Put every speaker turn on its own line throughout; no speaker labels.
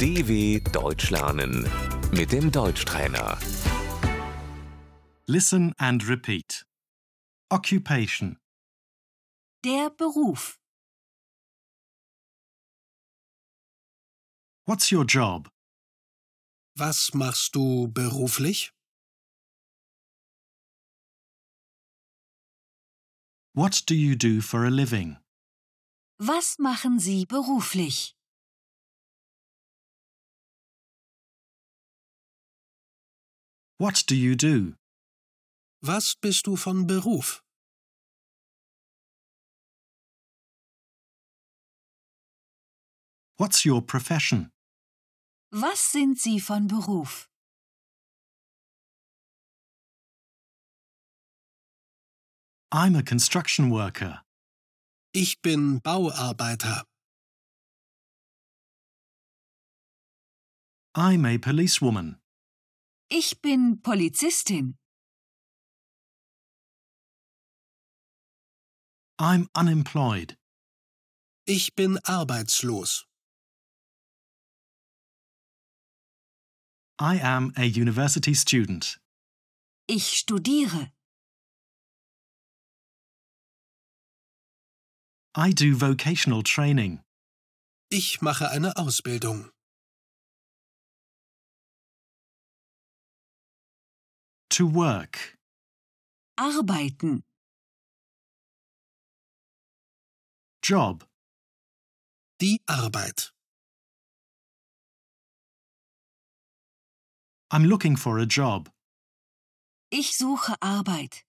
DW Deutsch lernen mit dem Deutschtrainer.
Listen and repeat. Occupation.
Der Beruf.
What's your job?
Was machst du beruflich?
What do you do for a living?
Was machen Sie beruflich?
What do you do?
Was bist du von Beruf?
What's your profession?
Was sind Sie von Beruf?
I'm a construction worker.
Ich bin Bauarbeiter.
I'm a policewoman.
Ich bin Polizistin.
I'm unemployed.
Ich bin arbeitslos.
I am a university student.
Ich studiere.
I do vocational training.
Ich mache eine Ausbildung.
To work.
Arbeiten.
Job.
Die Arbeit.
I'm looking for a job.
Ich suche Arbeit.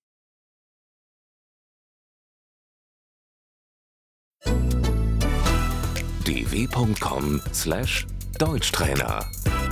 dw.com/deutschtrainer